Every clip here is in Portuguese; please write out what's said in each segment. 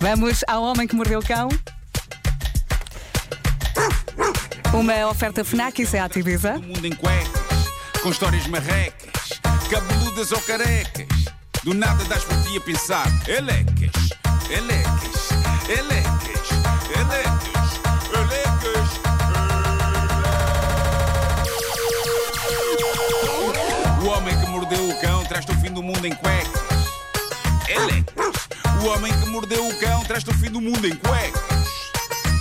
Vamos ao Homem que Mordeu o Cão. Uma oferta FNAC e SEAT Ibiza. O mundo em cuecas, com histórias marrecas, cabeludas ou carecas. Do nada das por ti a pensar. Elecas, elecas, elecas, elecas, elecas. O homem que mordeu o cão traz-te o fim do mundo em cuecas. Elecas. O homem que mordeu o cão traz-te o fim do mundo em cuecas.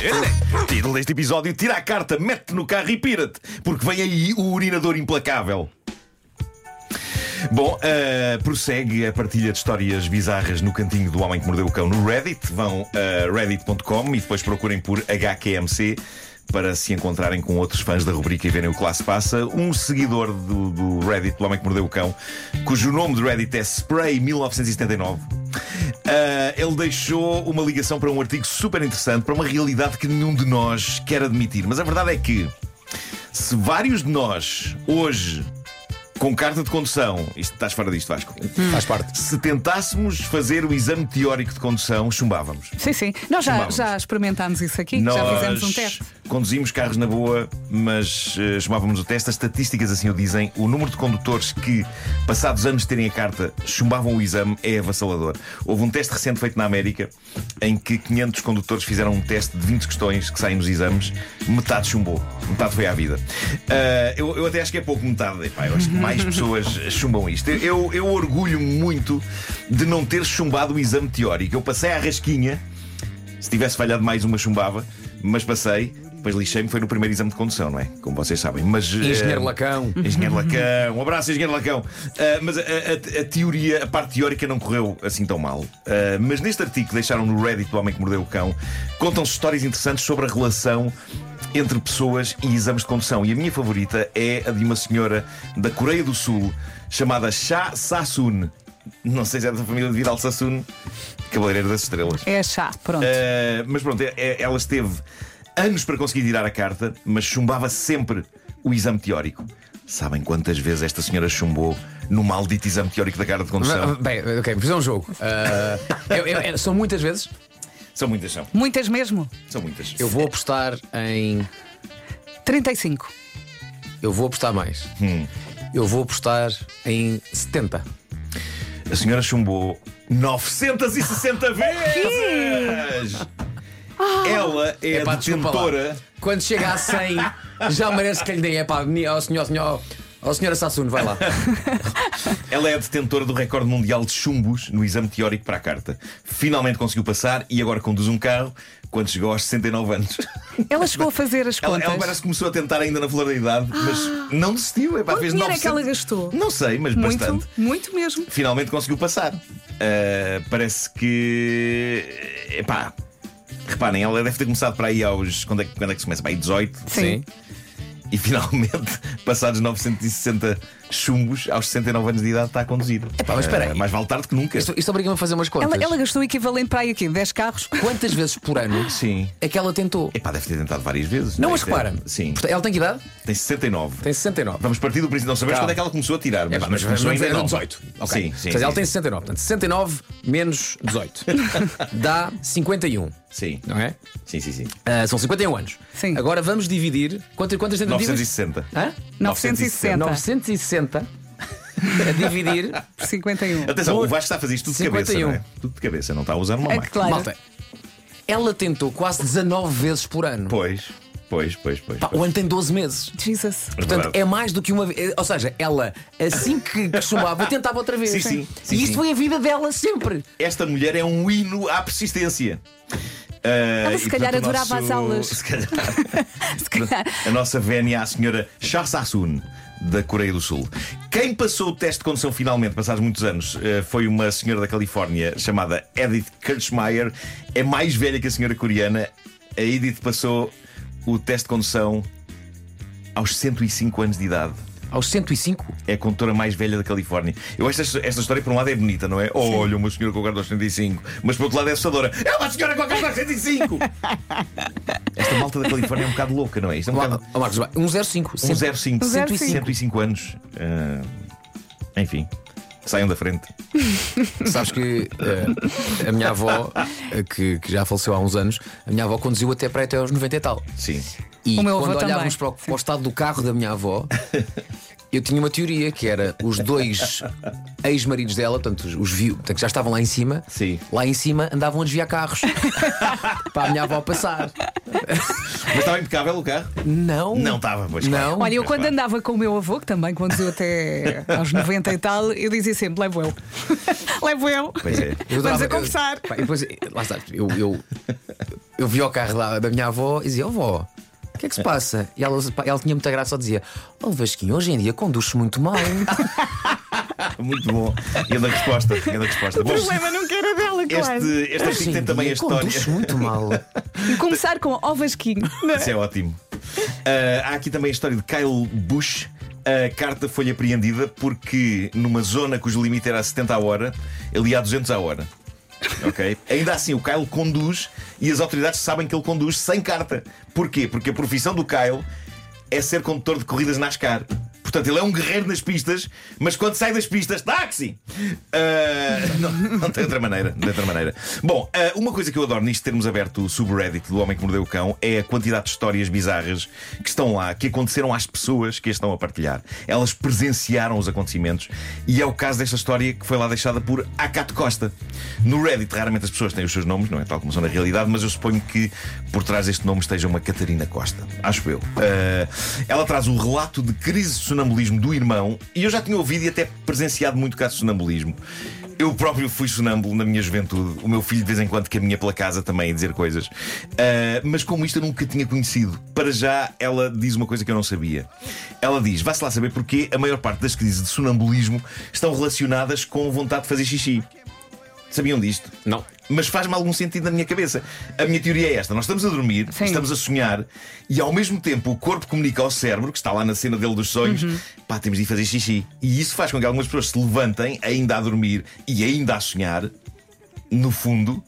Elecas. Título deste episódio: Tira a carta, mete-te no carro e pira-te, porque vem aí o urinador implacável. Bom, ah, prossegue a partilha de histórias bizarras no cantinho do Homem que Mordeu o Cão no Reddit. Vão a reddit.com e depois procurem por HQMC para se encontrarem com outros fãs da rubrica e verem o que lá se passa. Um seguidor do, do Reddit, do Homem que Mordeu o Cão, cujo nome do Reddit é Spray1979. Ah, ele deixou uma ligação para um artigo super interessante, para uma realidade que nenhum de nós quer admitir. Mas a verdade é que, se vários de nós, hoje, com carta de condução, isto, estás fora disto, Vasco, Faz parte. se tentássemos fazer o exame teórico de condução, chumbávamos. Sim, sim. Nós já, Chumbávamos. já experimentámos isso aqui, Nós já fizemos um teste. conduzimos carros na boa, mas eh, chumbávamos o teste. As estatísticas assim o dizem. O número de condutores que, passados anos de terem a carta, chumbavam o exame é avassalador. Houve um teste recente feito na América em que 500 condutores fizeram um teste de 20 questões que saem nos exames. Metade chumbou, metade foi à vida. Ah, eu, eu até acho que é pouco metade. Epá, eu acho que mais pessoas chumbam isto. Eu, eu orgulho-me muito de não ter chumbado o exame teórico. Eu passei à rasquinha. Se tivesse falhado mais uma chumbava, mas passei, depois lixei-me, foi no primeiro exame de condução, não é? Como vocês sabem. Mas, Engenheiro eh, Lacão. Engenheiro Lacão, um abraço, Engenheiro Lacão. Ah, mas a, a- a teoria, a parte teórica não correu assim tão mal. Ah, mas neste artigo que deixaram no Reddit do Homem que Mordeu o Cão, contam-se histórias interessantes sobre a relação entre pessoas e exames de condução. E a minha favorita é a de uma senhora da Coreia do Sul chamada Cha Sasun. Não sei se é da família de Vidal Sassoon, Cavaleiro das Estrelas. É chá, pronto. Uh, mas pronto, é- é- ela esteve anos para conseguir tirar a carta, mas chumbava sempre o exame teórico. Sabem quantas vezes esta senhora chumbou no maldito exame teórico da carta de condução? Bem, ok, vamos fazer um jogo. Ah, eu- eu- eu- são muitas vezes. São muitas, são. Muitas mesmo? São muitas. Eu vou apostar em. 35. Eu vou apostar mais. Hum. Eu vou apostar em 70. A senhora chumbou 960 vezes! Ela é, Epá, a desculpa lá. detentora. Quando chega a 100, já merece que lhe deem. É pá, ó senhor, ó senhor, ó senhora Sassuno, vai lá. Ela é a detentora do recorde mundial de chumbos no exame teórico para a carta. Finalmente conseguiu passar e agora conduz um carro quando chegou aos 69 anos. Ela chegou a fazer as Ela, contas. ela parece que começou a tentar ainda na flor da idade, Ah! mas não desistiu. Epá, Quanto fez dinheiro 900... é que ela gastou? Não sei, mas muito, bastante. muito mesmo. Finalmente conseguiu passar. Ah, parece que. Epá. Reparem, ela deve ter começado para aí aos. Quando é, que- quando é que se começa? Para aí 18. Sim. E finalmente, passados 960 chumbos, aos 69 anos de idade, está a conduzir. Epá, mas espera aí. mais vale tarde que nunca. Isto, isto obriga-me a fazer umas contas. Ela, ela gastou o equivalente para aí aqui, 10 carros. Quantas vezes por ano Sim. é que ela tentou? Epá, deve ter tentado várias vezes. é? Não Deve as ter- repara. Sim. Portanto, Ela tem que idade? Tem 69. Tem 69. Vamos partir do princípio. Não sabemos Calma. quando é que ela começou a tirar, mas, É pá, mas mas vamos começou em dizer 19. 18. ok. Sim, sim. Portanto, ela sim. tem 69. Portanto, 69 menos 18 dá 51. Sim. Não é? Sim, sim, sim. Ah, são 51 anos. Sim. Agora vamos dividir. Quantas, quantas tentativas? 960. Hã? 960. 960 a dividir. 51. Atenção, o Vasco está a fazer isto tudo de cabeça, 51. não é? Tudo de cabeça, não está a usar uma um. É máquina. claro. Malta, ela tentou quase 19 vezes por ano. Pois, pois, pois, pois. Pá, pois. o ano tem 12 meses. Jesus. Portanto, É Verdade. é mais do que uma vez. Ou seja, ela, assim que que chumbava, tentava outra vez. Sim, sim, sim, e isto sim. foi a vida dela sempre. Esta mulher é um hino à persistência. Ah, Ela se e, calhar portanto, o adorava as aulas. Se calhar, Se calhar. a nossa vénia, a senhora Cha Sassoon, da Coreia do Sul. Quem passou o teste de condução finalmente, passados muitos anos, eh, foi uma senhora da Califórnia chamada Edith Kirchmeier. É mais velha que a senhora coreana. A Edith passou o teste de condução aos 105 anos de idade. Aos 105. É a condutora mais velha da Califórnia. Eu acho esta, esta história, por um lado, é bonita, não é? Oh, olha, uma senhora com a guarda aos 35. Mas, por outro lado, é assustadora. É uma senhora com a guarda aos 35! esta malta da Califórnia é um bocado louca, não é? Isto é um bocado. Ó, Marcos, vai, um 05. Um 05. 105. 105 anos. Ah, eh, enfim. Saiam da frente. Sabes que eh, a minha avó, eh, que, que já faleceu há uns anos, a minha avó conduziu até para aí até aos 90 e tal. Sim. E O meu avô quando olhávamos também. para o, para o estado do carro da minha avó, eu tinha uma teoria que era os dois ex-maridos dela, portanto, os, os viu, portanto, que já estavam lá em cima, Sim. lá em cima andavam a desviar carros para a minha avó passar. Mas estava impecável o carro? Não. Não estava, pois Não. claro. Olha, eu Mas quando claro. andava com o meu avô, que também conduziu até aos 90 e tal, eu dizia sempre: levo eu. levo eu. Pois é. Eu Vamos adorava- a conversar. Eu, pá, e depois, eh, lá está, eu, eu, eu vi o carro da, da minha avó e dizia: oh, vó, o que é que se passa? E ela, pá, ela tinha muita graça, só dizia: Oh, Vasquinho, hoje em dia conduz-se muito mal. Muito bom. E da resposta. E da resposta. O Bom, problema é nunca era dela, claro. este, este artigo tem também a história. conduz-se muito mal. E começar com ó Vasquinho. não é? Isso é ótimo. Ah, há aqui também a história de Kyle Bush. A carta foi apreendida porque, numa zona cujo limite era a 70 a hora, ele ia a 200 a hora. Ok? Ainda assim, o Kyle conduz e as autoridades sabem que ele conduz sem carta. Porquê? Porque a profissão do Kyle é ser condutor de corridas NASCAR. Portanto, ele é um guerreiro nas pistas, mas quando sai das pistas, táxi! Ah, não, não tem outra maneira, não tem outra maneira. Bom, ah, uma coisa que eu adoro nisto de termos aberto o subreddit do Homem que Mordeu o Cão é a quantidade de histórias bizarras que estão lá, que aconteceram às pessoas que as estão a partilhar. Elas presenciaram os acontecimentos e é o caso desta história que foi lá deixada por Acato Costa. No Reddit, raramente as pessoas têm os seus nomes, não é tal como são na realidade, mas eu suponho que por trás deste nome esteja uma Catarina Costa. Acho eu. Ah, ela traz o relato de crise de sonambulismo do irmão e eu já tinha ouvido e até presenciado muito caso de sonambulismo. Eu próprio fui sonâmbulo na minha juventude. O meu filho de vez em quando caminha pela casa também a dizer coisas. Ah, mas como isto eu nunca tinha conhecido, para já ela diz uma coisa que eu não sabia. Ela diz: vá-se lá saber porque a maior parte das crises de sonambulismo estão relacionadas com vontade de fazer xixi. Sabiam disto? Não. Mas faz-me algum sentido na minha cabeça. A minha teoria é esta: nós estamos a dormir, Sim. estamos a sonhar, e ao mesmo tempo o corpo comunica ao cérebro, que está lá na cena dele dos sonhos, Uhum. pá, temos de ir fazer xixi. E isso faz com que algumas pessoas se levantem, ainda a dormir e ainda a sonhar, no fundo,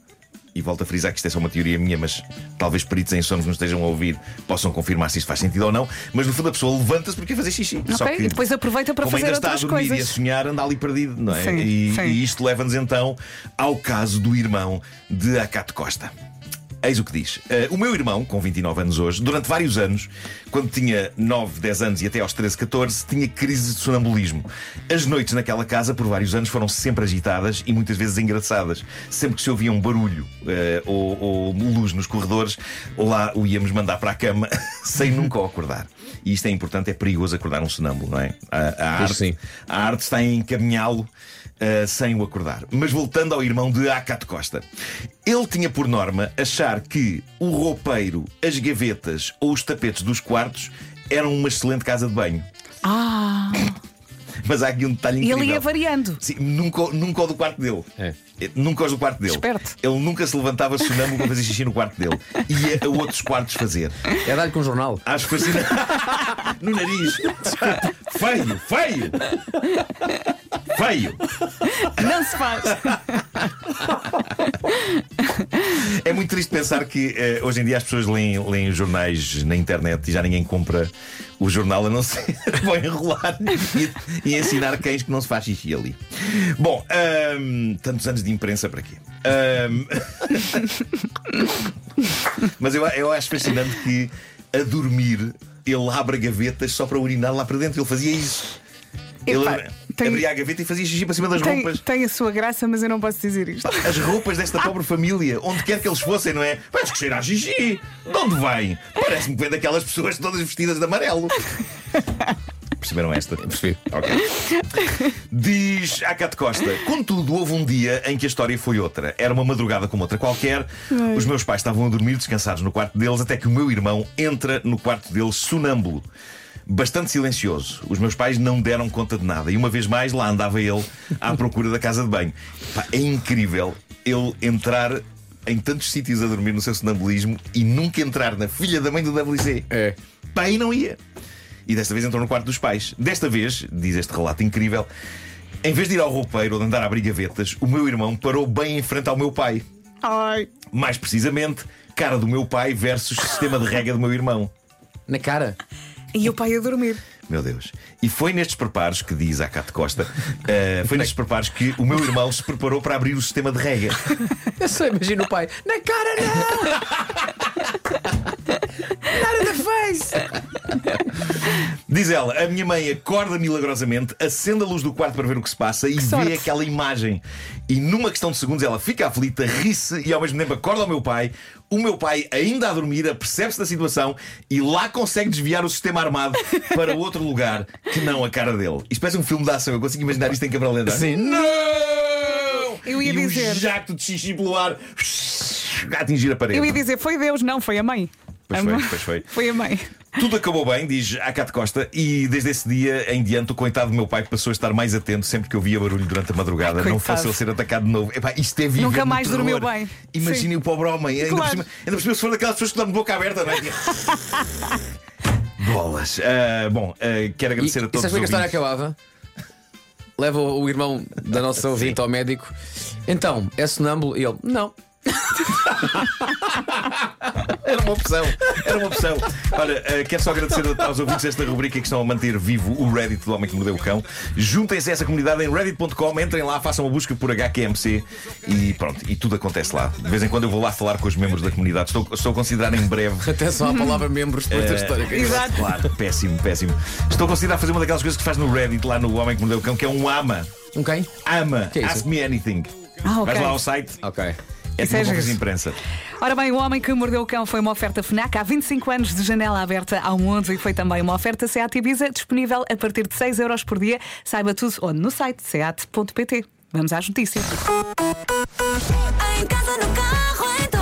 e volto a frisar que isto é só uma teoria minha, mas talvez peritos em sonhos nos estejam a ouvir, possam confirmar se isto faz sentido ou não, mas no fundo a pessoa levanta-se porque quer fazer xixi. Só Ok, que, e depois aproveita para como fazer ainda está outras a dormir e a coisas. sonhar, anda ali perdido, não é? Sim, e, sim. e isto leva-nos então ao caso do irmão de Acato Costa. Eis o que diz. Eh, o meu irmão, com 29 anos hoje, durante vários anos, quando tinha 9, 10 anos e até aos 13, 14, tinha crises de sonambulismo. As noites naquela casa, por vários anos, foram sempre agitadas e muitas vezes engraçadas. Sempre que se ouvia um barulho eh, ou, ou luz nos corredores, lá o íamos mandar para a cama sem nunca o acordar. E isto é importante, é perigoso acordar um sonâmbulo, não é? A, a arte, Pois sim. a arte está em encaminhá-lo ah, sem o acordar. Mas voltando ao irmão de Acato Costa, ele tinha por norma achar que o roupeiro, as gavetas ou os tapetes dos quartos eram uma excelente casa de banho. Ah, Mas há aqui um detalhe e incrível. ele ia variando. Sim, nunca, nunca o do quarto dele. Eh, É. Nunca os do quarto dele. Esperto. Ele nunca se levantava sonâmbulo para fazer xixi no quarto dele. Ia a outros quartos fazer. É dar-lhe com um jornal. Acho fascinante. no nariz. Feio, feio! Feio! Não se faz. É muito triste pensar que eh, hoje em dia as pessoas leem, leem os jornais na internet e já ninguém compra o jornal a não ser vão enrolar e, e ensinar cães que não se faz xixi ali. Bom, ahm, tantos anos de imprensa para quê? Ahm, Mas eu, eu acho fascinante que a dormir ele abre gavetas só para urinar lá para dentro. Ele fazia isso. Ele Epá, tem- abria a gaveta e fazia xixi para cima das Tem, roupas. tem a sua graça, mas eu não posso dizer isto. As roupas desta pobre família, onde quer que eles fossem, não é? Vais que cheira a Gigi. De onde vem? Parece-me que vem daquelas pessoas todas vestidas de amarelo. Perceberam esta? Percebi. Ok. Diz Acate Costa. Contudo, houve um dia em que a história foi outra. Era uma madrugada como outra qualquer. Os meus pais estavam a dormir descansados no quarto deles, até que o meu irmão entra no quarto deles sonâmbulo. Bastante silencioso. Os meus pais não deram conta de nada. E uma vez mais, lá andava ele à procura da casa de banho. Pá, é incrível ele entrar em tantos sítios a dormir no seu sonambulismo e nunca entrar na filha da mãe do WC. É. Pá, e não ia. E desta vez entrou no quarto dos pais. Desta vez, diz este relato incrível, em vez de ir ao roupeiro ou de andar a abrir gavetas, o meu irmão parou bem em frente ao meu pai. Ai, Mais precisamente, cara do meu pai versus sistema de rega do meu irmão. Na cara. e o pai a dormir. Meu Deus. E foi nestes preparos que diz a Cato Costa, eh, foi nestes preparos que o meu irmão se preparou para abrir o sistema de rega. Eu só imagino o pai. Na cara não! Nada da face! Diz ela, a minha mãe acorda milagrosamente, acende a luz do quarto para ver o que se passa e sorte. vê aquela imagem. E numa questão de segundos ela fica aflita, ri-se e ao mesmo tempo acorda o meu pai. O meu pai, ainda a dormir, apercebe-se da situação e lá consegue desviar o sistema armado para outro lugar que não a cara dele. Isto parece um filme de ação, eu consigo imaginar isto em câmera lenta. Sim. Não! Eu ia e dizer. Um jacto de xixi pelo ar a atingir a parede. Eu ia dizer, foi Deus, não, foi a mãe. É. Pois A foi, mãe- pois foi. a mãe. Tudo acabou bem, diz Acate Costa, e desde esse dia em diante o coitado do meu pai passou a estar mais atento sempre que ouvia barulho durante a madrugada, Ai, não coitado. fosse ele ser atacado de novo. Epá, isto é vida. Nunca no mais terror. dormiu bem. Imaginem o pobre homem, ainda, Claro. por cima, ainda por cima se for daquelas pessoas que dormem de boca aberta, não é? Bolas. Ah, bom, ah, quero E, e agradecer a sabes todos. como é que a os história ouvintes. acabava? Leva o o irmão da nossa ouvinte ao médico. Então, é sonâmbulo? E ele, não. Era uma opção, era uma opção. Olha, eh, quero só agradecer aos ouvintes desta rubrica que estão a manter vivo o Reddit do Homem que Mordeu o Cão. Juntem-se a essa comunidade em reddit.com, entrem lá, façam uma busca por HQMC e pronto, e tudo acontece lá. De vez em quando eu vou lá falar com os membros da comunidade. Estou, estou a considerar em breve. eh, Atenção à palavra membros depois da história. que é isso. Exato. Claro, péssimo, péssimo. Estou a considerar fazer uma daquelas coisas que faz no Reddit, lá no Homem que Mordeu o Cão, que é um ama. Um quem? Ama. Que é isso? Ask me anything. Ah, ok. Vais lá ao site. Ok. É Isso tipo é uma giro. conferência de imprensa. Ora bem, o Homem que Mordeu o Cão foi uma oferta FNAC há 25 anos de janela aberta ao mundo e foi também uma oferta SEAT Ibiza disponível a partir de 6 euros por dia. Saiba tudo onde? No site seat.pt. Vamos às notícias. Em casa, no carro, em todo